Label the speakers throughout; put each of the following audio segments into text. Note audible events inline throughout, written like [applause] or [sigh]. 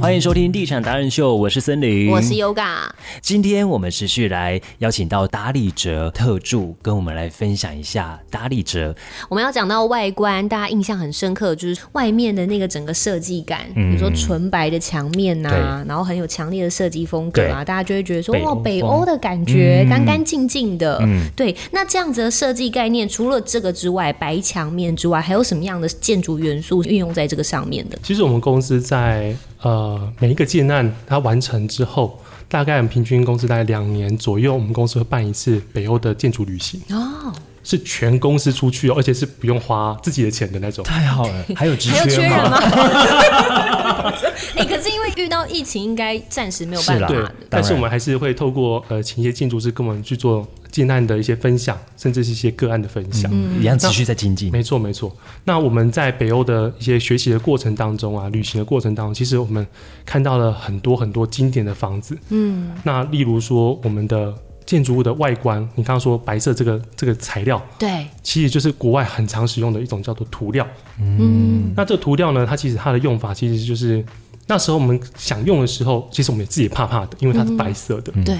Speaker 1: 欢迎收听《地产达人秀》，我是森林，
Speaker 2: 我是 Yoga。
Speaker 1: 今天我们持续来邀请到打理哲特助，跟我们来分享一下打理哲。
Speaker 2: 我们要讲到外观，大家印象很深刻，就是外面的那个整个设计感，
Speaker 1: 嗯
Speaker 2: 比如说纯白的墙面呐、然后很有强烈的设计风格啊，
Speaker 1: 对
Speaker 2: 大家就会觉得说，
Speaker 1: 北欧
Speaker 2: 哇，
Speaker 1: 风
Speaker 2: 北欧的感觉，
Speaker 1: 嗯
Speaker 2: 干干净净的。
Speaker 1: 嗯
Speaker 2: 对，那这样子的设计概念，除了这个之外，白墙面之外，还有什么样的建筑元素运用在这个上面的？
Speaker 3: 其实我们公司在呃每一个建案它完成之后，大概平均公司大概两年左右，我们公司会办一次北欧的建筑旅行，
Speaker 2: 哦，
Speaker 3: 是全公司出去哦，而且是不用花自己的钱的那种。
Speaker 1: 太好 [laughs] 了，还有职
Speaker 2: 还有缺
Speaker 1: 缺
Speaker 2: 人
Speaker 1: 吗？
Speaker 2: 吗？
Speaker 1: [laughs]
Speaker 2: 哎、可是因为遇到疫情，应该暂时没有办
Speaker 1: 是啦
Speaker 2: 法
Speaker 3: 对
Speaker 2: 的。，
Speaker 3: 但是我们还是会透过呃请一些建筑师跟我们去做建案的一些分享，甚至是一些个案的分享。
Speaker 2: 嗯
Speaker 1: 一样持续在精进。
Speaker 3: 没错，没错。那我们在北欧的一些学习的过程当中啊，旅行的过程当中，其实我们看到了很多很多经典的房子。嗯，那例如说我们的建筑物的外观，你刚刚说白色这个这个材料，
Speaker 2: 对，
Speaker 3: 其实就是国外很常使用的一种叫做涂料。
Speaker 2: 嗯，
Speaker 3: 那这个涂料呢，它其实它的用法其实就是那时候我们想用的时候，其实我们也自己也怕怕的，因为它是白色
Speaker 1: 嗯
Speaker 3: 的。
Speaker 2: 对，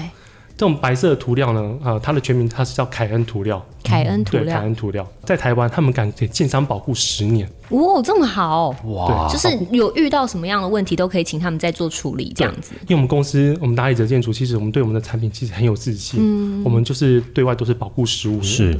Speaker 3: 这种白色的涂料呢，呃，它的全名它是叫凯恩涂料，
Speaker 2: 凯恩涂
Speaker 3: 对，凯
Speaker 2: 料，
Speaker 3: 恩涂料，在台湾他们敢给建商保护十年。
Speaker 2: 哇、这么好、
Speaker 1: 哇，
Speaker 2: 就是有遇到什么样的问题，都可以请他们再做处理，这样子。
Speaker 3: 因为我们公司，我们打理者建筑，其实我们对我们的产品其实很有自信，
Speaker 2: 嗯
Speaker 3: 我们就是对外都是保护十五年。
Speaker 1: 是，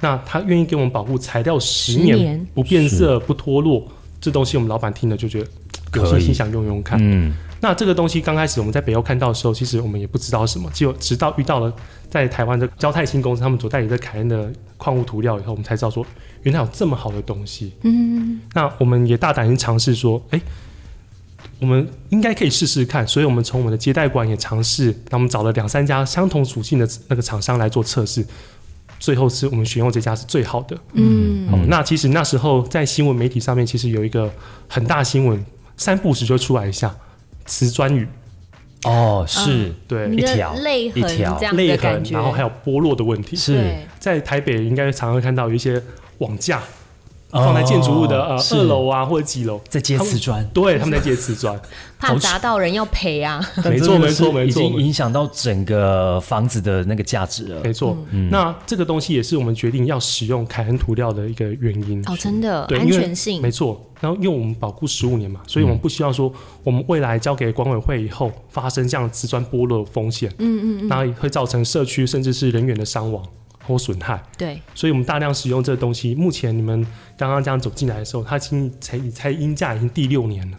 Speaker 3: 那他愿意给我们保护材料十
Speaker 2: 10
Speaker 3: 年，
Speaker 2: 年
Speaker 3: 不变色、不脱落，这东西我们老板听了就觉得
Speaker 1: 可以
Speaker 3: 有信心想用用看。
Speaker 1: 嗯，
Speaker 3: 那这个东西刚开始我们在北欧看到的时候，其实我们也不知道什么，只有直到遇到了在台湾的交泰新公司他们所代理的凯恩的矿物涂料以后，我们才知道说原来有这么好的东西。
Speaker 2: 嗯，
Speaker 3: 那我们也大胆去尝试说，哎、我们应该可以试试看。所以，我们从我们的接待馆也尝试，那我们找了两三家相同属性的那个厂商来做测试，最后是我们选用这家是最好的。
Speaker 2: 嗯，
Speaker 3: 好，那其实那时候在新闻媒体上面，其实有一个很大新闻，三不时就出来一下瓷砖雨，
Speaker 1: 哦，是
Speaker 3: 对
Speaker 2: 你
Speaker 1: 一
Speaker 2: 的
Speaker 1: 条
Speaker 2: 泪痕
Speaker 1: 一条
Speaker 2: 这样
Speaker 3: 泪
Speaker 2: 的
Speaker 3: 痕
Speaker 2: 感，觉，
Speaker 3: 然后还有剥落的问题。
Speaker 1: 是，
Speaker 3: 在台北应该常常看到有一些网架放在建筑物的、
Speaker 1: 哦
Speaker 3: 呃
Speaker 1: 是
Speaker 3: 二楼啊或者几楼，
Speaker 1: 在接
Speaker 3: 他们
Speaker 1: 瓷砖。
Speaker 3: 对，他们在接瓷砖。
Speaker 2: 怕砸到人要赔啊。
Speaker 3: 没
Speaker 1: 但
Speaker 3: 错
Speaker 1: 真的
Speaker 3: 没错
Speaker 1: 是
Speaker 3: 没错
Speaker 1: 已经影响到整个房子的那个价值了
Speaker 3: 没。错，
Speaker 2: 嗯
Speaker 1: 嗯
Speaker 3: 那这个东西也是我们决定要使用凯恩涂料的一个原因。
Speaker 2: [laughs] 哦，真的，
Speaker 3: 对，
Speaker 2: 安
Speaker 3: 因为
Speaker 2: 全性
Speaker 3: 没错。然后因为我们保护十五年嘛，所以
Speaker 1: 嗯
Speaker 3: 我们不希望说我们未来交给管委会以后发生这样瓷砖剥落的风险，嗯嗯嗯，那也会造成社区甚至是人员的伤亡或损害。
Speaker 2: 对，
Speaker 3: 所以我们大量使用这个东西。目前你们刚刚这样走进来的时候，它已经才才阴价已经第六年了，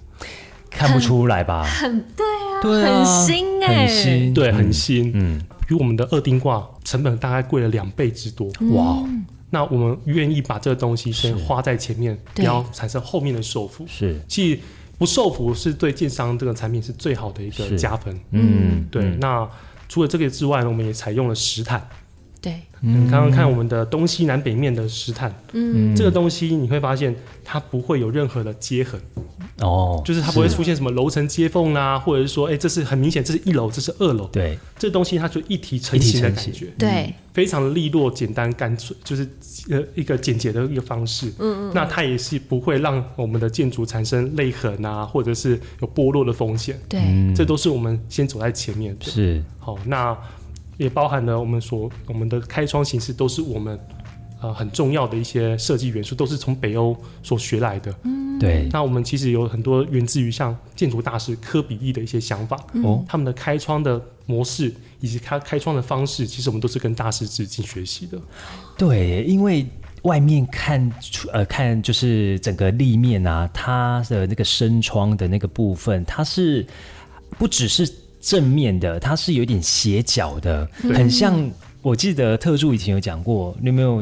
Speaker 1: 看不出来吧？
Speaker 2: 很对啊，
Speaker 1: 对啊
Speaker 2: 很新哎、
Speaker 1: 很新，
Speaker 3: 对，很新，
Speaker 1: 嗯，
Speaker 3: 比我们的二丁挂成本大概贵了两倍之多。
Speaker 1: 嗯，哇，
Speaker 3: 那我们愿意把这个东西先
Speaker 1: 是
Speaker 3: 花在前面，不
Speaker 2: 对
Speaker 3: 要产生后面的受负。
Speaker 1: 是，
Speaker 3: 其实不受负是对建商这个产品是最好的一个
Speaker 1: 是
Speaker 3: 加分。
Speaker 1: 嗯，
Speaker 3: 对，那除了这个之外呢，我们也采用了石炭。
Speaker 2: 对，
Speaker 3: 嗯，刚刚看我们的东西南北面的石炭，
Speaker 2: 嗯，
Speaker 3: 这个东西你会发现它不会有任何的接痕，
Speaker 1: 哦，
Speaker 3: 就是它不会出现什么楼层接缝啦、或者是说，哎、这是很明显，这是一楼，这是二楼，
Speaker 1: 对，
Speaker 3: 这东西它就一体成型的感
Speaker 1: 一体
Speaker 3: 觉，
Speaker 2: 对，
Speaker 3: 非常的利落、简单、干脆，就是呃一个简洁的一个方式。嗯嗯那它也是不会让我们的建筑产生泪痕啊，或者是有剥落的风险，
Speaker 2: 对，
Speaker 1: 嗯，
Speaker 3: 这都是我们先走在前面的。
Speaker 1: 是
Speaker 3: 好，那也包含了我们所我们的开窗形式都是我们。呃，很重要的一些设计元素都是从北欧所学来的。
Speaker 1: 嗯对
Speaker 3: 那我们其实有很多源自于像建筑大师科比意的一些想法，
Speaker 2: 嗯
Speaker 1: 哦，
Speaker 3: 他们的开窗的模式以及开开窗的方式，其实我们都是跟大师致敬学习的。
Speaker 1: 对，因为。外面看出呃看就是整个立面啊，它的那个深窗的那个部分，它是不只是正面的，它是有点斜角的，很像我记得特助以前有讲过，你有没有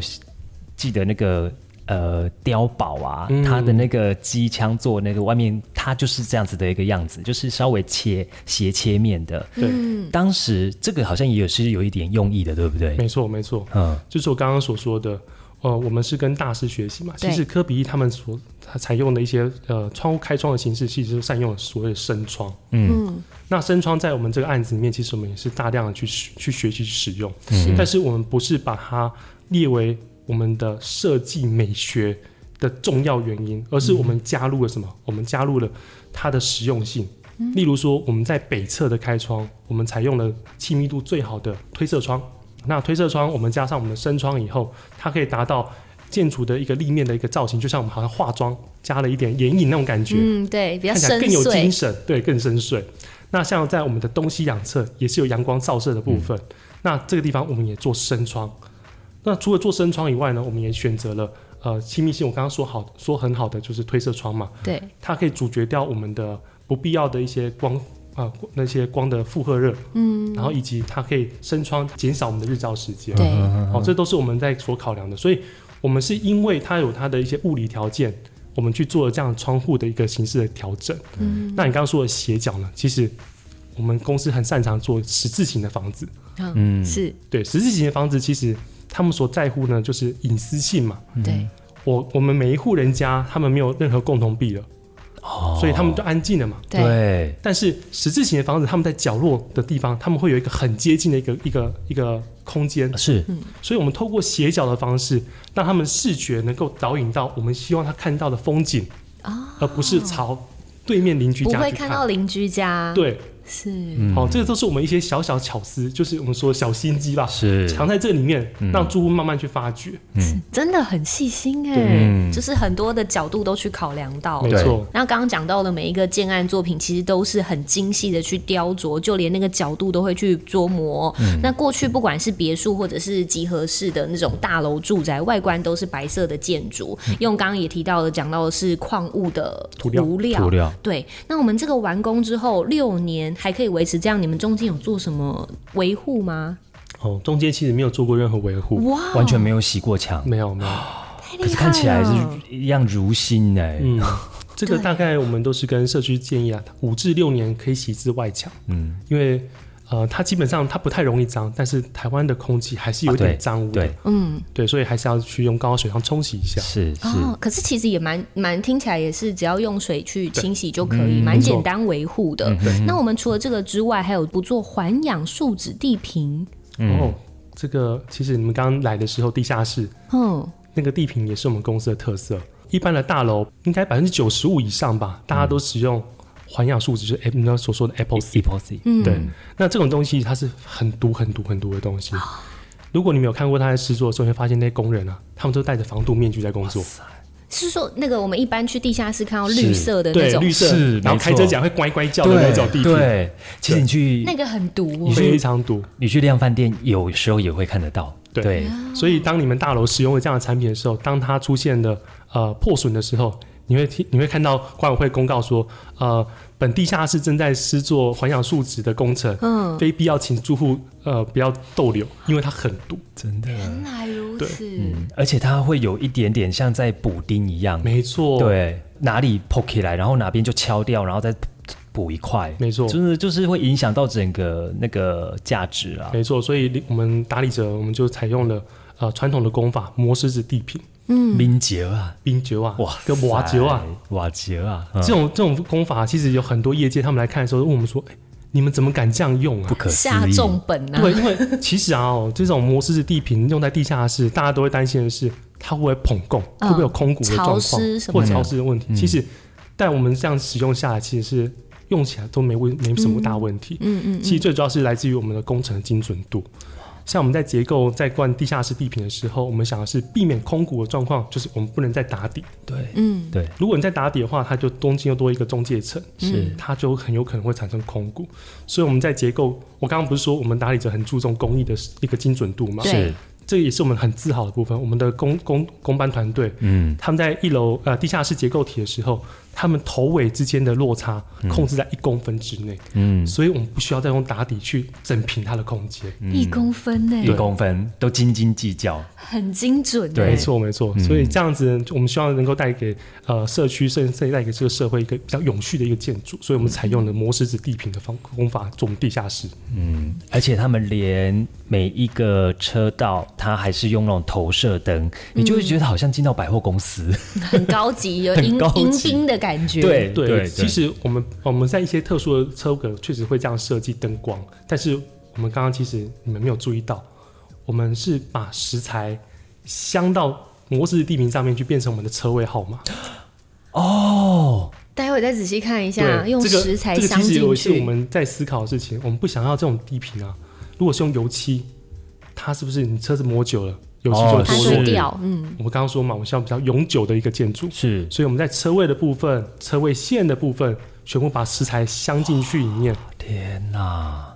Speaker 1: 记得那个呃碉堡啊，
Speaker 3: 嗯
Speaker 1: 它的那个机枪做那个外面，它就是这样子的一个样子，就是稍微切斜切面的。
Speaker 3: 对，
Speaker 1: 当时这个好像也有是有一点用意的，对不对？
Speaker 3: 嗯没错没错，
Speaker 1: 嗯，
Speaker 3: 就是我刚刚所说的，呃，我们是跟大师学习嘛。
Speaker 2: 对
Speaker 3: 其实科比意他们所他采用的一些呃窗户开窗的形式，其实就善用了所谓的深窗。
Speaker 2: 嗯，
Speaker 3: 那深窗在我们这个案子里面，其实我们也是大量的去使去学习使用，
Speaker 1: 是
Speaker 3: 但是我们不是把它列为我们的设计美学的重要原因，而是我们加入了什么？我们加入了它的实用性。例如说，我们在北侧的开窗，我们采用了气密度最好的推射窗。那推射窗我们加上我们的深窗以后，它可以达到建筑的一个立面的一个造型，就像我们好像化妆加了一点眼影那种感觉，
Speaker 2: 嗯，对，比较
Speaker 3: 看起来
Speaker 2: 深
Speaker 3: 更有精
Speaker 2: 邃，
Speaker 3: 神，对，更深邃。那像在我们的东西两侧也是有阳光照射的部分，那这个地方我们也做深窗。那除了做深窗以外呢，我们也选择了呃亲密性，我刚刚说好说很好的就是推射窗嘛，
Speaker 2: 对，
Speaker 3: 它可以阻绝掉我们的不必要的一些光啊、那些光的负荷热，嗯，然后以及它可以深窗减少我们的日照时间，
Speaker 2: 对
Speaker 3: 好、这都是我们在所考量的。所以，我们是因为它有它的一些物理条件，我们去做了这样窗户的一个形式的调整。嗯，那你刚刚说的斜角呢？其实我们公司很擅长做十字形的房子，
Speaker 2: 嗯，是，
Speaker 3: 对十字形的房子，其实他们所在乎呢就是隐私性嘛。
Speaker 2: 对，
Speaker 3: 我我们每一户人家，他们没有任何共同壁了，
Speaker 1: 哦
Speaker 3: 所以他们就安静了嘛。
Speaker 2: 对，
Speaker 1: 对
Speaker 3: 但是十字形的房子，他们在角落的地方，他们会有一个很接近的一个一个一个空间，
Speaker 1: 是
Speaker 3: 所以我们透过斜角的方式，让他们视觉能够导引到我们希望他看到的风景，
Speaker 2: 啊，
Speaker 3: 而不是朝对面邻居
Speaker 2: 不
Speaker 3: 家
Speaker 2: 会
Speaker 3: 去
Speaker 2: 看到邻居家，，
Speaker 3: 对，嗯
Speaker 2: 是，
Speaker 1: 嗯
Speaker 3: 好、这个都是我们一些小小巧思，就是我们说小心机吧，
Speaker 1: 是嗯
Speaker 3: 藏在这里面，让住户慢慢去发掘。
Speaker 2: 真的很细心哎，
Speaker 1: 对
Speaker 2: 就是很多的角度都去考量到
Speaker 3: 没
Speaker 2: 了。
Speaker 3: 错，
Speaker 2: 那刚刚讲到的每一个建案作品，其实都是很精细的去雕琢，就连那个角度都会去琢磨。
Speaker 1: 嗯
Speaker 2: 那过去不管是别墅或者是集合式的那种大楼住宅，外观都是白色的建筑，用刚刚也提到的讲到的是矿物的
Speaker 3: 涂料
Speaker 1: 嗯涂料。
Speaker 2: 对，那我们这个完工之后六年还可以维持这样，你们中间有做什么维护吗？
Speaker 3: 哦，中间其实没有做过任何维护，
Speaker 2: 哇，
Speaker 1: 完全没有洗过墙，
Speaker 3: 没有没有，
Speaker 2: 太
Speaker 1: 可
Speaker 2: 厉
Speaker 1: 是
Speaker 2: 害
Speaker 1: 看起来是
Speaker 2: 了
Speaker 1: 一样如新哎、
Speaker 3: 嗯，这个
Speaker 2: 对
Speaker 3: 大概我们都是跟社区建议啊，五至六年可以洗一次外墙，
Speaker 1: 嗯，
Speaker 3: 因为呃，它基本上它不太容易脏，但是台湾的空气还是有
Speaker 1: 啊对
Speaker 3: 点脏污的，
Speaker 1: 对
Speaker 2: 嗯
Speaker 3: 对所以还是要去用高压水枪冲洗一下。
Speaker 1: 是是、
Speaker 2: 哦，可是其实也蛮蛮听起来也是只要用水去清洗就可以，
Speaker 3: 嗯
Speaker 2: 蛮简单维护的。那我们除了这个之外，还有不做环氧树脂地坪，
Speaker 1: 嗯
Speaker 3: 哦，这个其实你们刚刚来的时候，地下室
Speaker 2: 嗯，
Speaker 3: 那个地坪也是我们公司的特色。一般的大楼应该百分之九十五以上吧，大家都使用环氧树脂，就是 Apple 你们所说的 Apple C。
Speaker 1: epoxy，
Speaker 3: 对，那这种东西它是很毒、很毒、很毒的东西。
Speaker 1: 啊
Speaker 3: 如果你们有看过他在施作的时候，你会发现那些工人啊，他们都戴着防毒面具在工作，
Speaker 2: 是说那个我们一般去地下室看到绿色的那
Speaker 3: 对，
Speaker 2: 种
Speaker 3: 绿，色
Speaker 1: 是，
Speaker 3: 然后
Speaker 1: 没
Speaker 3: 开
Speaker 1: 错
Speaker 3: 遮甲会乖乖叫的那种
Speaker 1: 对
Speaker 3: 地坪，
Speaker 1: 对，其实你去
Speaker 2: 那个很毒哦
Speaker 1: 你。
Speaker 3: 非常毒。
Speaker 1: 你去量饭店，有时候也会看得到，
Speaker 3: 对
Speaker 1: 对
Speaker 3: 所以，当你们大楼使用了这样的产品的时候，当它出现的呃破损的时候，你会听你会看到管委会公告说，呃，本地下室正在施作环氧树脂的工程，
Speaker 2: 嗯，
Speaker 3: 非必要请住户呃不要逗留，因为它很毒。
Speaker 1: 真的，
Speaker 2: 原来如此，
Speaker 1: 嗯，而且它会有一点点像在补丁一样，
Speaker 3: 没错，，
Speaker 1: 对，哪里 poke 起来，然后哪边就敲掉，然后再补一块，
Speaker 3: 没错
Speaker 1: 真的就是会影响到整个那个价值啊，
Speaker 3: 没错。所以我们打理者我们就采用了呃传统的工法磨石子地坪、
Speaker 1: 冰结啊，
Speaker 3: 冰结啊，
Speaker 1: 哇，
Speaker 3: 跟瓦结啊，，
Speaker 1: 瓦结啊，嗯
Speaker 3: 这种这种工法其实有很多业界他们来看的时候问我们说，哎、你们怎么敢这样用啊？
Speaker 1: 不可思
Speaker 2: 下
Speaker 1: 议，
Speaker 2: 重本啊，
Speaker 3: 对，因为其实啊，哦，这种磨石子地坪用在地下室，大家都会担心的是，它会不会膨供，
Speaker 2: 嗯
Speaker 3: 会不会有空鼓的
Speaker 2: 潮
Speaker 3: 状况，
Speaker 2: 湿什么
Speaker 3: 或
Speaker 2: 的
Speaker 3: 者潮湿的问题。其实，但我们这样使用下来，其实是用起来都没问没什么大问题。
Speaker 2: 嗯嗯，
Speaker 3: 其实最主要是来自于我们的工程的精准度。像我们在结构在灌地下室地坪的时候，我们想的是避免空鼓的状况，就是我们不能再打底。
Speaker 1: 对
Speaker 2: 嗯
Speaker 1: 对
Speaker 3: 如果你再打底的话，它就中间又多一个中介层，
Speaker 1: 是
Speaker 3: 它就很有可能会产生空鼓。所以我们在结构，我刚刚不是说我们打理者很注重工艺的一个精准度吗？
Speaker 2: 对
Speaker 1: 是，
Speaker 3: 这也是我们很自豪的部分。我们的工工工班团队，
Speaker 1: 嗯，
Speaker 3: 他们在一楼呃地下室结构体的时候，他们头尾之间的落差控制在一公分之内，
Speaker 1: 嗯，
Speaker 3: 所以我们不需要再用打底去整平它的空间。
Speaker 2: 一公分呢
Speaker 1: 一，公分都斤斤计较，
Speaker 2: 很精准欸，
Speaker 1: 对
Speaker 3: 没错，没错。所以这样子，我们希望能够带给呃社区，甚至带给这个社会一个比较永续的一个建筑。所以我们采用了磨石子地坪的方工法做我们地下室。
Speaker 1: 而且他们连每一个车道，它还是用那种投射灯，你就会觉得好像进到百货公司。
Speaker 2: 很高级，
Speaker 3: [laughs]
Speaker 2: 有
Speaker 1: 很
Speaker 2: 迎
Speaker 1: 高级
Speaker 2: 迎宾的感觉，
Speaker 1: 对
Speaker 3: 对，其实我们我们在一些特殊的车格确实会这样设计灯光，但是我们刚刚其实你们没有注意到，我们是把食材镶到磨石子地坪上面去，变成我们的车位号码。
Speaker 1: 哦，
Speaker 2: 待会再仔细看一下，
Speaker 3: 对，
Speaker 2: 用
Speaker 3: 这个
Speaker 2: 食材
Speaker 3: 这个
Speaker 2: 镶
Speaker 3: 其实
Speaker 2: 进
Speaker 3: 有一
Speaker 2: 去。
Speaker 3: 些我们在思考的事情，我们不想要这种地坪啊。如果是用油漆，它是不是你车子磨久了，油漆
Speaker 1: 哦
Speaker 3: 就
Speaker 2: 它
Speaker 3: 脱
Speaker 2: 就
Speaker 1: 是
Speaker 3: 落？
Speaker 2: 会掉，嗯，
Speaker 3: 我们刚刚说嘛，我们希望比较永久的一个建筑，
Speaker 1: 是
Speaker 3: 所以我们在车位的部分、车位线的部分，全部把食材镶进去里面。
Speaker 1: 天哪，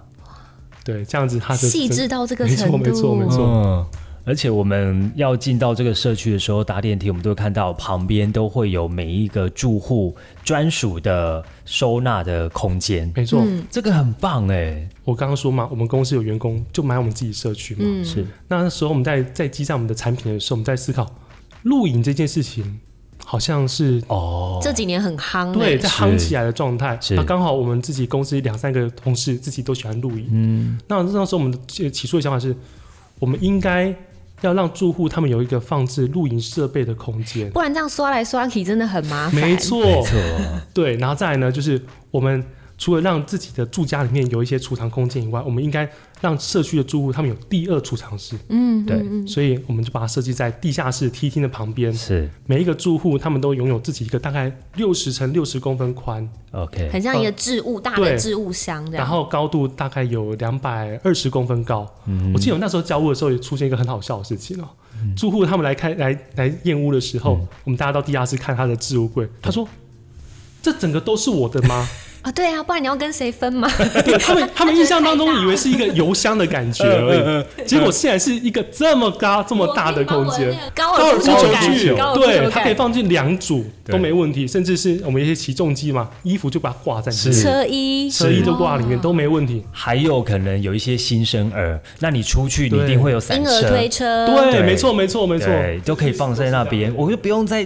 Speaker 3: 对，啊这样子它的
Speaker 2: 细致到这个
Speaker 3: 没
Speaker 2: 程
Speaker 3: 错
Speaker 2: 度，
Speaker 3: 没错没错
Speaker 1: 嗯。而且我们要进到这个社区的时候，搭电梯，我们都会看到旁边都会有每一个住户专属的收纳的空间，
Speaker 3: 没
Speaker 2: 嗯
Speaker 3: 错。
Speaker 1: 这个很棒哎、
Speaker 3: 我刚刚说嘛，我们公司有员工就买我们自己社区嘛。
Speaker 2: 嗯
Speaker 1: 是
Speaker 3: 那那时候我们在在积上我们的产品的时候，我们在思考露营这件事情，好像是
Speaker 1: 哦，
Speaker 2: 这几年很夯、欸，
Speaker 3: 对，在夯
Speaker 1: 是
Speaker 3: 起来的状态。
Speaker 1: 是
Speaker 3: 那刚好我们自己公司两三个同事自己都喜欢露营。
Speaker 1: 嗯，
Speaker 3: 那那时候我们的起起初的想法是，我们应该要让住户他们有一个放置露营设备的空间。
Speaker 2: 不然这样刷来刷去真的很麻烦。
Speaker 3: 没，错，
Speaker 1: 没错，
Speaker 2: 嗯
Speaker 3: 对。然后再来呢，就是我们除了让自己的住家里面有一些储藏空间以外，我们应该让社区的住户他们有第二储藏室。
Speaker 2: 嗯，
Speaker 1: 对
Speaker 2: 嗯嗯
Speaker 3: 所以我们就把它设计在地下室梯厅的旁边。
Speaker 1: 是
Speaker 3: 每一个住户他们都拥有自己一个大概六十乘六十公分宽，
Speaker 1: OK，
Speaker 2: 很像一个置物大的
Speaker 3: 呃对
Speaker 2: 置物箱这样。
Speaker 3: 然后高度大概有两百二十公分高。
Speaker 2: 嗯
Speaker 3: 我记得我那时候交屋的时候也出现一个很好笑的事情哦，住户他们来开来来验屋的时候，
Speaker 2: 嗯
Speaker 3: 我们大家到地下室看他的置物柜，他说。这整个都是我的吗？ [laughs]
Speaker 2: 啊，对啊，不然你要跟谁分嘛？
Speaker 3: 对他们，他们印象当中以为是一个油箱的感觉
Speaker 2: 嗯
Speaker 3: 而已，结果竟然是一个这么高、这么大的啊空
Speaker 2: [laughs]
Speaker 3: 间。
Speaker 2: 高
Speaker 3: 高
Speaker 2: 尔
Speaker 3: 尔
Speaker 2: 夫
Speaker 3: 夫
Speaker 2: 球
Speaker 3: 球
Speaker 2: 杆
Speaker 3: 具，哦
Speaker 2: 高尔夫
Speaker 3: 对，
Speaker 2: 球
Speaker 3: 它可以
Speaker 2: 杆，
Speaker 3: 放进两组
Speaker 1: 对
Speaker 3: 都没问题，甚至是我们一些起重机嘛，衣服就把它挂在里面，
Speaker 1: 是
Speaker 2: 车衣，
Speaker 3: 车衣就挂里面都没问题。
Speaker 1: 还有可能有一些新生儿，那你出去你一
Speaker 3: 对
Speaker 1: 定会有伞
Speaker 2: 婴儿
Speaker 1: 车，
Speaker 2: 推车，
Speaker 3: 对，没错，没错，没错。
Speaker 1: 对，都可以放在那边，我就不用再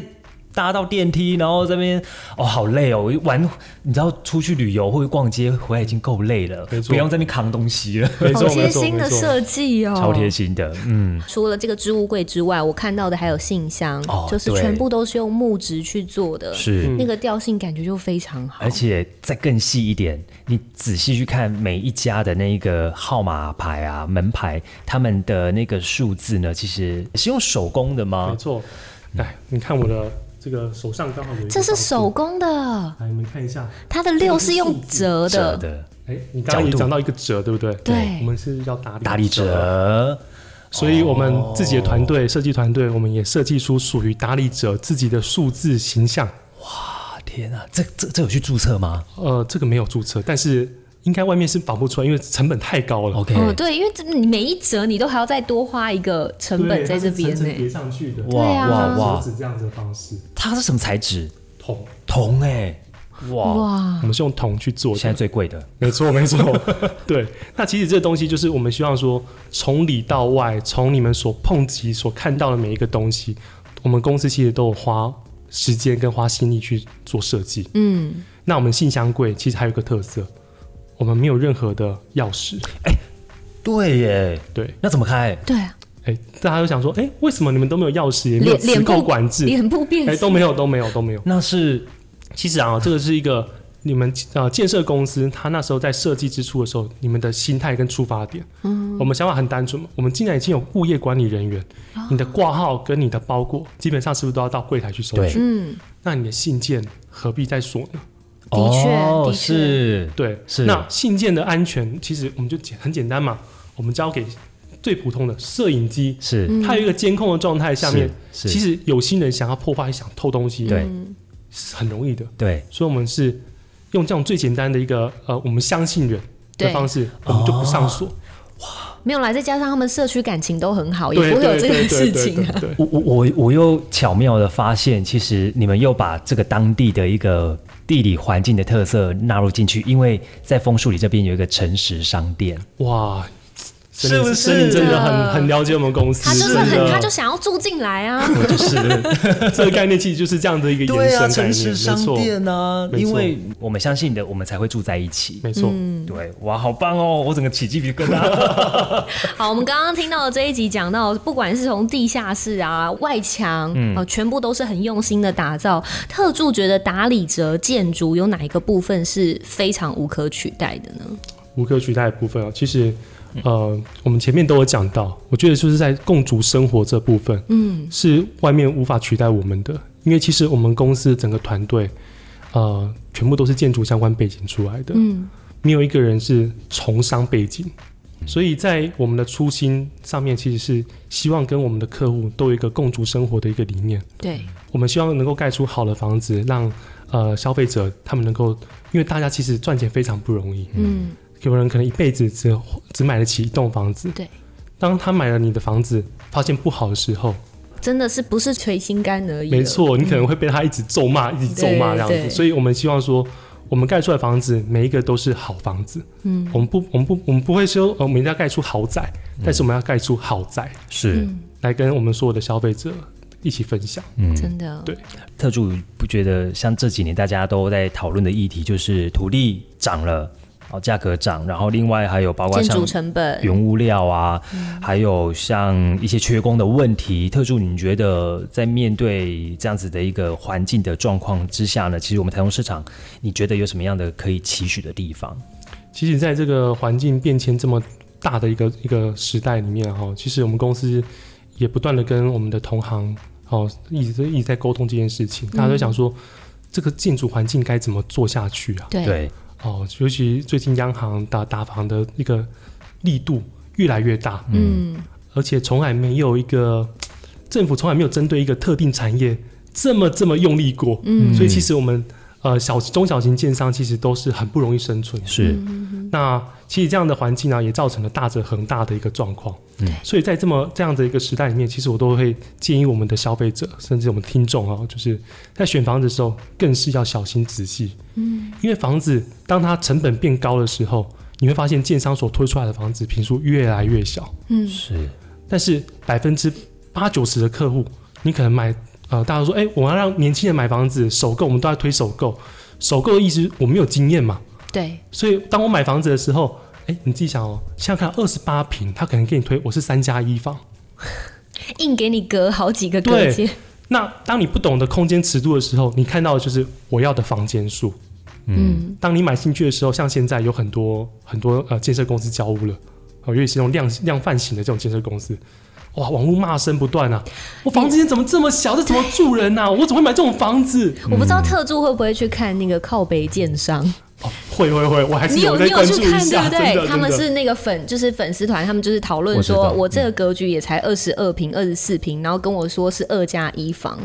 Speaker 1: 搭到电梯，然后这边哦好累哦，我玩你知道出去旅游或者逛街回来已经够累了，
Speaker 3: 没错啊
Speaker 1: 不用在那边扛东西了，
Speaker 3: 没
Speaker 2: 好
Speaker 3: 错，
Speaker 2: 贴
Speaker 3: 没错，
Speaker 2: 心
Speaker 3: 没
Speaker 2: 的
Speaker 3: 错。
Speaker 2: 设计哦，
Speaker 1: 超贴心的，嗯，
Speaker 2: 除了这个置物柜之外，我看到的还有信箱，
Speaker 1: 哦
Speaker 2: 就是
Speaker 1: 对
Speaker 2: 全部都是用木质去做的，
Speaker 1: 是。
Speaker 3: 嗯
Speaker 2: 那个调性感觉就非常好
Speaker 1: 而。且再更细一点，你仔细去看每一家的那个号码牌啊、门牌，他们的那个数字呢，其实是用手工的吗
Speaker 3: 没？错，来，你看我的这个手上刚好有一个
Speaker 2: 这是手
Speaker 3: 小
Speaker 2: 工的，
Speaker 3: 纸，来你们看一下。
Speaker 2: 它的六是用折
Speaker 1: 折
Speaker 2: 的，
Speaker 1: 的
Speaker 3: 哎，你刚刚
Speaker 1: 角
Speaker 3: 也
Speaker 1: 度
Speaker 3: 讲到一个折，对不对？
Speaker 2: 对
Speaker 3: 我们是要打理
Speaker 1: 大力
Speaker 3: 折，
Speaker 1: 折，
Speaker 3: 所以我们自己的团队设计团队，我们也设计出属于打理者自己的数字形象。
Speaker 1: 啊天啊，这这这有去注册吗
Speaker 3: 呃，这个没有注册，但是应该外面是绑不出来，因为成本太高了。
Speaker 1: ？OK，、
Speaker 2: 哦，对，因为这你每一折你都还要再多花一个成本在这边
Speaker 3: 对它是层层叠
Speaker 2: 呢。
Speaker 3: 上去的，
Speaker 1: 哇
Speaker 2: 对啊
Speaker 1: 哇哇
Speaker 3: 手，指这样子的方式，
Speaker 1: 它是什么材质？
Speaker 3: 桶，
Speaker 1: 铜哎、
Speaker 3: 哦
Speaker 1: 哇，
Speaker 2: 哇，
Speaker 3: 我们是用桶去做
Speaker 1: 现在
Speaker 3: 的，
Speaker 1: 最贵的，
Speaker 3: 没错没错。 [laughs] 对，那其实这东西就是我们希望说，从里到外，从你们所碰及、所看到的每一个东西，我们公司其实都有花时间跟花心力去做设计。
Speaker 2: 嗯，
Speaker 3: 那我们信箱柜其实还有一个特色，我们没有任何的钥匙。
Speaker 1: 对耶，
Speaker 3: 对，
Speaker 1: 那怎么开？
Speaker 2: 对啊，
Speaker 3: 哎、大家都想说，哎、为什么你们都没有钥匙，也没有
Speaker 2: 脸
Speaker 3: 磁
Speaker 2: 脸
Speaker 3: 扣
Speaker 2: 部
Speaker 3: 管制？
Speaker 2: 脸部变
Speaker 3: 哎、
Speaker 2: 形
Speaker 3: 都没有，都没有，都没有。
Speaker 1: 那是
Speaker 3: 其实啊，这个是一个你们呃建设公司，他那时候在设计之初的时候，你们的心态跟出发点，嗯，我们想法很单纯嘛。我们既然已经有物业管理人员，你的挂号跟你的包裹，基本上是不是都要到柜台去收取？
Speaker 2: 嗯，
Speaker 3: 那你的信件何必再锁呢？
Speaker 2: 的确
Speaker 1: 哦
Speaker 2: 的确
Speaker 1: 是
Speaker 3: 对，
Speaker 1: 是
Speaker 3: 那信件的安全，其实我们就简很简单嘛，我们交给最普通的摄影机，
Speaker 1: 是，
Speaker 2: 嗯
Speaker 3: 它有一个监控的状态下面，
Speaker 1: 是是
Speaker 3: 其实有心人想要破坏、想偷东西，
Speaker 1: 对
Speaker 2: 嗯
Speaker 3: 是很容易的。
Speaker 1: 对，
Speaker 3: 所以我们是用这种最简单的一个呃，我们相信人的
Speaker 2: 对哦
Speaker 3: 方式，我们就不上锁，
Speaker 2: 没有啦，再加上他们社区感情都很好，也
Speaker 3: 对
Speaker 2: 不会有
Speaker 3: 对
Speaker 2: 这
Speaker 3: 对
Speaker 2: 个
Speaker 3: 对
Speaker 2: 事
Speaker 3: 对
Speaker 2: 情啊。
Speaker 3: 对对。
Speaker 1: 我我我我又巧妙的发现，其实你们又把这个当地的一个地理环境的特色纳入进去，因为在枫树里这边有一个诚实商店，
Speaker 3: 哇，
Speaker 1: 是
Speaker 3: 森林
Speaker 1: 不是
Speaker 3: 森林真
Speaker 2: 真
Speaker 3: 的
Speaker 2: 的
Speaker 3: 很很了解我们公司，
Speaker 2: 他就是
Speaker 3: 真
Speaker 2: 很，
Speaker 3: 的
Speaker 2: 他就想要住进来啊。
Speaker 1: 我就是。
Speaker 3: [laughs] 这个概念，其实就是这样的一个延伸概
Speaker 1: 啊城
Speaker 3: 念，
Speaker 1: 市商
Speaker 3: 没错，
Speaker 1: 店啊，
Speaker 3: 没错
Speaker 1: 因为我们相信的，我们才会住在一起。
Speaker 3: 没错。
Speaker 2: 嗯
Speaker 1: 对，哇，好棒哦！我整个起鸡皮疙
Speaker 3: [laughs]
Speaker 1: 瘩。
Speaker 2: 好，我们刚刚听到的这一集讲到，不管是从地下室啊、外墙，嗯、全部都是很用心的打造。特助觉得打理折建筑有哪一个部分是非常无可取代的呢？
Speaker 3: 无可取代的部分啊，其实呃，我们前面都有讲到，我觉得就是在共筑生活这部分，嗯，是外面无法取代我们的，因为其实我们公司整个团队，呃，全部都是建筑相关背景出来的，
Speaker 2: 嗯
Speaker 3: 没有一个人是从商背景。所以在我们的初心上面，其实是希望跟我们的客户都有一个共筑生活的一个理念。
Speaker 2: 对，
Speaker 3: 我们希望能够盖出好的房子，让呃消费者他们能够，因为大家其实赚钱非常不容易，
Speaker 2: 嗯
Speaker 3: 有人可能一辈子只只买得起一栋房子，
Speaker 2: 对，
Speaker 3: 当他买了你的房子，发现不好的时候，
Speaker 2: 真的是不是捶心肝而已，
Speaker 3: 没，错，你可能会被他一直咒骂，一直咒
Speaker 2: 对
Speaker 3: 骂这样
Speaker 2: 对
Speaker 3: 子。所以我们希望说，我们盖出来的房子每一个都是好房子。
Speaker 2: 嗯，
Speaker 3: 我们不，我们不，我们不会说，呃我们一定要盖出豪宅，但是我们要盖出豪宅，
Speaker 1: 是
Speaker 3: 来跟我们所有的消费者一起分享。
Speaker 1: 嗯
Speaker 2: 真的，
Speaker 3: 对
Speaker 1: 特助不觉得像这几年大家都在讨论的议题，就是土地涨了，然后价格涨，然后另外还有包括
Speaker 2: 建
Speaker 1: 像
Speaker 2: 筑嗯成本，
Speaker 1: 原物料啊，还有像一些缺工的问题。特助，你觉得在面对这样子的一个环境的状况之下呢？其实我们台中市场，你觉得有什么样的可以期许的地方？
Speaker 3: 其实，在这个环境变迁这么大的一个一个时代里面哈，其实我们公司也不断的跟我们的同行哦，一直一直在沟通这件事情。大家都想说，
Speaker 2: 嗯
Speaker 3: 这个建筑环境该怎么做下去啊？
Speaker 2: 对
Speaker 1: 对，
Speaker 3: 哦，尤其最近央行打打房的一个力度越来越大，
Speaker 2: 嗯，
Speaker 3: 而且从来没有一个政府从来没有针对一个特定产业这么这么用力过，
Speaker 2: 嗯
Speaker 3: 所以其实我们呃小中小型建商其实都是很不容易生存的。
Speaker 1: 是，
Speaker 2: 嗯
Speaker 3: 那其实这样的环境呢、也造成了大者恒大的一个状况。
Speaker 1: 嗯
Speaker 3: 所以在这么这样的一个时代里面，其实我都会建议我们的消费者，甚至我们听众哦，就是在选房子的时候，更是要小心仔细。嗯，因为房子当它成本变高的时候，你会发现建商所推出来的房子平数越来越小，
Speaker 2: 嗯
Speaker 1: 是，
Speaker 3: 但是百分之八九十的客户，你可能买呃，大家都说，哎、我要让年轻人买房子，首购，我们都在推首购。首购的意思，我没有经验嘛，
Speaker 2: 对，
Speaker 3: 所以当我买房子的时候，哎，你自己想哦，现在看二十八平，他可能给你推我是三加一房。
Speaker 2: 硬给你隔好几个隔
Speaker 3: 对
Speaker 2: 间，
Speaker 3: 那当你不懂得空间尺度的时候，你看到的就是我要的房间数。
Speaker 2: 嗯
Speaker 3: 当你买进去的时候，像现在有很多很多呃建设公司交屋了，哦、尤其是那种量量贩型的这种建设公司，哇，网络骂声不断啊！我房间怎么这么小？这怎么住人呐、啊？我怎么会买这种房子？
Speaker 2: 我不知道特助会不会去看那个靠北建商，
Speaker 3: 哦，会会会，我还是
Speaker 2: 你有
Speaker 3: 在
Speaker 2: 你有
Speaker 3: 关
Speaker 2: 去
Speaker 3: 注一
Speaker 2: 看对
Speaker 3: 下，
Speaker 2: 不
Speaker 3: 真
Speaker 2: 对？
Speaker 3: 的
Speaker 2: 他们
Speaker 3: 真的
Speaker 2: 是那个粉，就是粉丝团，他们就是讨论
Speaker 1: 我知
Speaker 2: 说，
Speaker 1: 道
Speaker 2: 我这个格局也才二十二平、二十四平，然后跟我说是二加一房，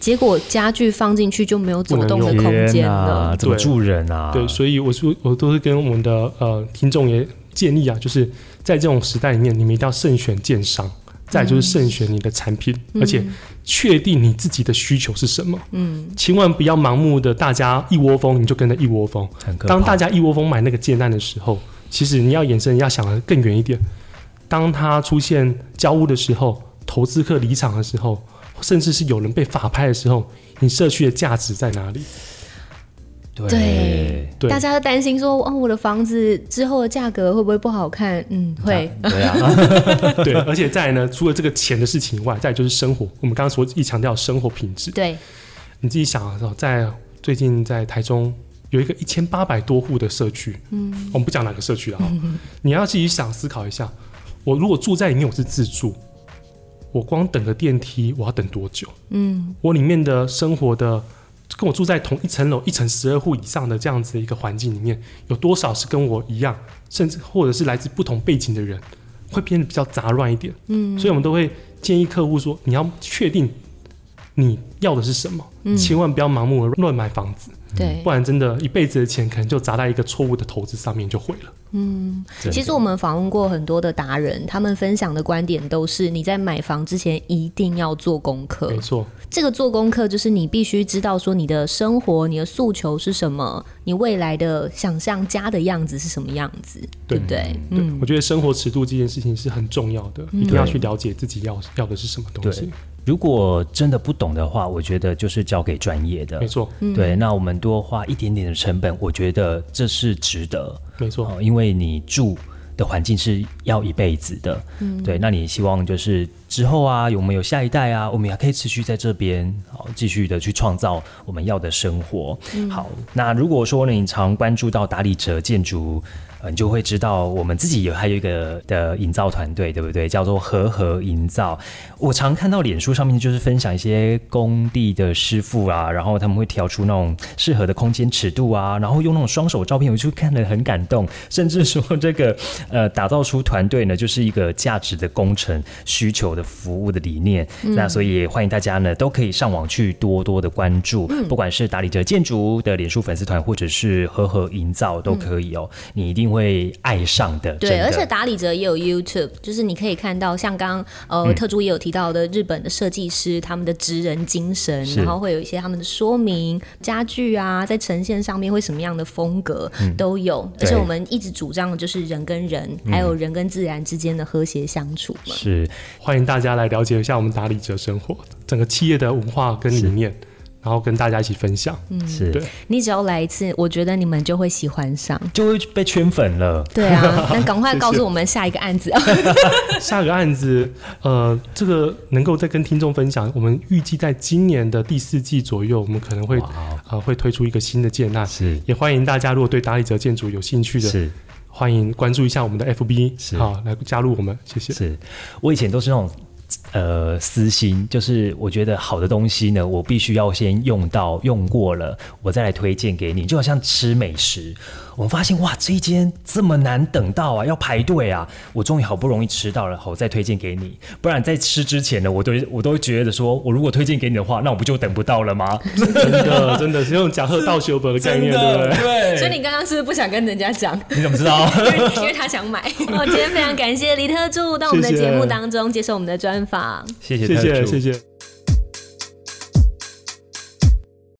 Speaker 2: 结果家具放进去就没有走动的空间了。
Speaker 1: 怎么
Speaker 3: 对
Speaker 1: 住人啊？
Speaker 3: 对，所以我是我都是跟我们的呃听众也建议啊，就是在这种时代里面，你们一定要慎选建商，再来就是慎选你的产品，而且确定你自己的需求是什么。嗯，千万不要盲目的大家一窝蜂，你就跟着一窝蜂。
Speaker 1: 很可怕。
Speaker 3: 当大家一窝蜂买那个建案的时候，其实你要延伸，要想得更远一点。当它出现交屋的时候，投资客离场的时候，甚至是有人被法拍的时候，你社区的价值在哪里？
Speaker 1: 对
Speaker 2: 对。
Speaker 3: 对，
Speaker 2: 大家都担心说，哦，我的房子之后的价格会不会不好看？嗯，会。
Speaker 1: 对啊， [laughs]
Speaker 3: 对，而且再来呢，除了这个钱的事情以外，再来就是生活。我们刚刚所一强调生活品质，
Speaker 2: 对，
Speaker 3: 你自己想啊，在最近在台中有一个一千八百多户的社区，嗯，我们不讲哪个社区了 [laughs] 啊、你要自己想思考一下，我如果住在里面，我是自住，我光等个电梯，我要等多久？
Speaker 2: 嗯，
Speaker 3: 我里面的生活的。跟我住在同一层楼、一层十二户以上的这样子的一个环境里面，有多少是跟我一样，甚至或者是来自不同背景的人，会变得比较杂乱一点。嗯，所以我们都会建议客户说，你要确定你要的是什么，千万不要盲目的乱买房子，
Speaker 2: 对
Speaker 3: 不。然真的一辈子的钱可能就砸在一个错误的投资上面就毁了。
Speaker 1: 真
Speaker 2: 其
Speaker 1: 的
Speaker 2: 实我们访问过很多的达人，他们分享的观点都是，你在买房之前一定要做功课。
Speaker 3: 没错，
Speaker 2: 这个做功课就是你必须知道说你的生活、你的诉求是什么，你未来的想象家的样子是什么样子，对
Speaker 3: 对
Speaker 2: 不对？
Speaker 3: 对
Speaker 2: 嗯，
Speaker 3: 我觉得生活尺度这件事情是很重要的，一定要去了解自己要要的是什么东西
Speaker 1: 对。如果真的不懂的话，我觉得就是交给专业的
Speaker 3: 没。错，
Speaker 1: 对，那我们多花一点点的成本，我觉得这是值得。
Speaker 3: 没错，
Speaker 1: 哦，因为你住的环境是要一辈子的，对，那你希望就是之后啊，我们有下一代啊，我们也可以持续在这边好继续的去创造我们要的生活。好，那如果说呢，你常关注到打理者建筑。呃你就会知道，我们自己有还有一个的营造团队，对不对？叫做和和营造。我常看到脸书上面就是分享一些工地的师傅啊，然后他们会调出那种适合的空间尺度啊，然后用那种双手照片，我就看得很感动。甚至说这个呃，打造出团队呢，就是一个价值的工程、需求的服务的理念。
Speaker 2: 嗯
Speaker 1: 那所以也欢迎大家呢，都可以上网去多多的关注，
Speaker 2: 嗯
Speaker 1: 不管是打理者建筑的脸书粉丝团，或者是和和营造都可以哦，你一定会爱上的。真
Speaker 2: 嗯对，
Speaker 1: 的
Speaker 2: 而且打理者也有 YouTube，就是你可以看到像刚刚
Speaker 1: 嗯
Speaker 2: 呃特助也有提到的日本的设计师他们的职人精神，
Speaker 1: 是
Speaker 2: 然后会有一些他们的说明家具啊，在呈现上面会什么样的风格都有。而
Speaker 1: 嗯
Speaker 2: 且
Speaker 1: 对嗯
Speaker 2: 我们一直主张的就是人跟人，还有人跟自然之间的和谐相处嘛。
Speaker 1: 是
Speaker 3: 欢迎大家来了解一下我们打理者生活整个企业的文化跟理念，然后跟大家一起分享。
Speaker 2: 嗯
Speaker 1: 是
Speaker 3: 对，
Speaker 2: 你只要来一次，我觉得你们就会喜欢
Speaker 1: [laughs]
Speaker 2: 上。
Speaker 1: 就会被圈粉了。
Speaker 2: 对啊，那赶快告诉我们下一个
Speaker 1: [laughs]
Speaker 2: 案子。哦
Speaker 3: 下个案子，呃，这个能够再跟听众分享，我们预计在今年的第四季左右，我们可能会
Speaker 1: 哇哦，
Speaker 3: 呃会推出一个新的建案，
Speaker 1: 是
Speaker 3: 也欢迎大家如果对打理者建筑有兴趣的，
Speaker 1: 是。
Speaker 3: 欢迎关注一下我们的 FB，
Speaker 1: 是
Speaker 3: 好、来加入我们，谢谢。
Speaker 1: 是我以前都是那种呃私心，就是我觉得好的东西呢，我必须要先用到用过了，我再来推荐给你。就好像吃美食，我们发现哇，这一间这么难等到啊，要排队啊，我终于好不容易吃到了，好我再推荐给你。不然在吃之前呢，我都我都会觉得说，我如果推荐给你的话，那我不就等不到了吗？
Speaker 3: 真的，真的是用假贺道修本的概念，对不对？
Speaker 1: 对
Speaker 2: 所以你刚刚是不是不想跟人家讲？
Speaker 1: [laughs] 你怎么知道？
Speaker 2: 因为因为他想买。哦，今天非常感谢李特助到我们的
Speaker 3: 谢谢
Speaker 2: 节目当中接受我们的专访。
Speaker 1: 谢谢
Speaker 3: 谢
Speaker 1: 特
Speaker 3: 谢，
Speaker 1: 助
Speaker 3: 谢谢。